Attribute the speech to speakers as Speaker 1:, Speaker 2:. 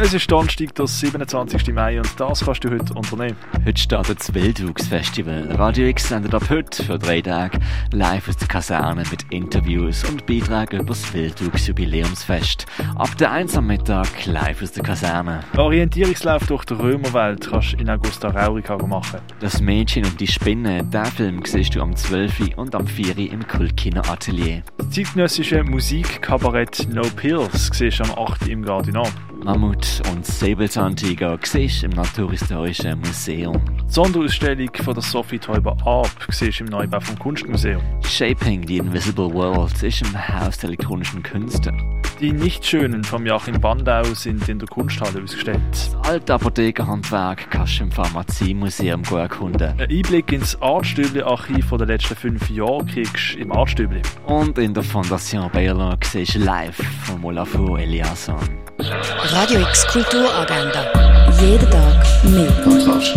Speaker 1: Es ist Donnerstag, der 27. Mai und das kannst du heute unternehmen.
Speaker 2: Heute startet das Wildwuchs-Festival. Radio X sendet ab heute für drei Tage live aus der Kaserne mit Interviews und Beiträgen über das Wildwuchs-Jubiläumsfest. Ab der 1 am Mittag live aus der Kaserne.
Speaker 1: Orientierungslauf durch die Römerwelt kannst du in Augusta Raurica machen.
Speaker 2: Das Mädchen und die Spinne, der Film siehst du am 12. Uhr und am 4. Uhr im Kultkino-Atelier.
Speaker 1: Das zeitgenössische Musikkabarett No Pills siehst du am 8. Uhr im Gardinon.
Speaker 2: Mammut und Säbelzahntiger siehst im Naturhistorischen Museum.
Speaker 1: Die Sonderausstellung von der Sophie Teuber ab siehst im Neubau vom Kunstmuseum.
Speaker 2: Shaping the Invisible World ist im Haus der elektronischen Künste.
Speaker 1: Die Nichtschönen vom Joachim Bandau sind in der Kunsthalle ausgestellt.
Speaker 2: Das alte Apothekerhandwerk kannst du im Pharmaziemuseum erkunden.
Speaker 1: Ein Einblick ins Artstübli-Archiv der letzten fünf Jahre kriegst du im Artstübli.
Speaker 2: Und in der Fondation Berlin siehst du live von Olafur Eliasson.
Speaker 3: Radio X Kulturagenda. Jeden Tag mehr. Kontrast.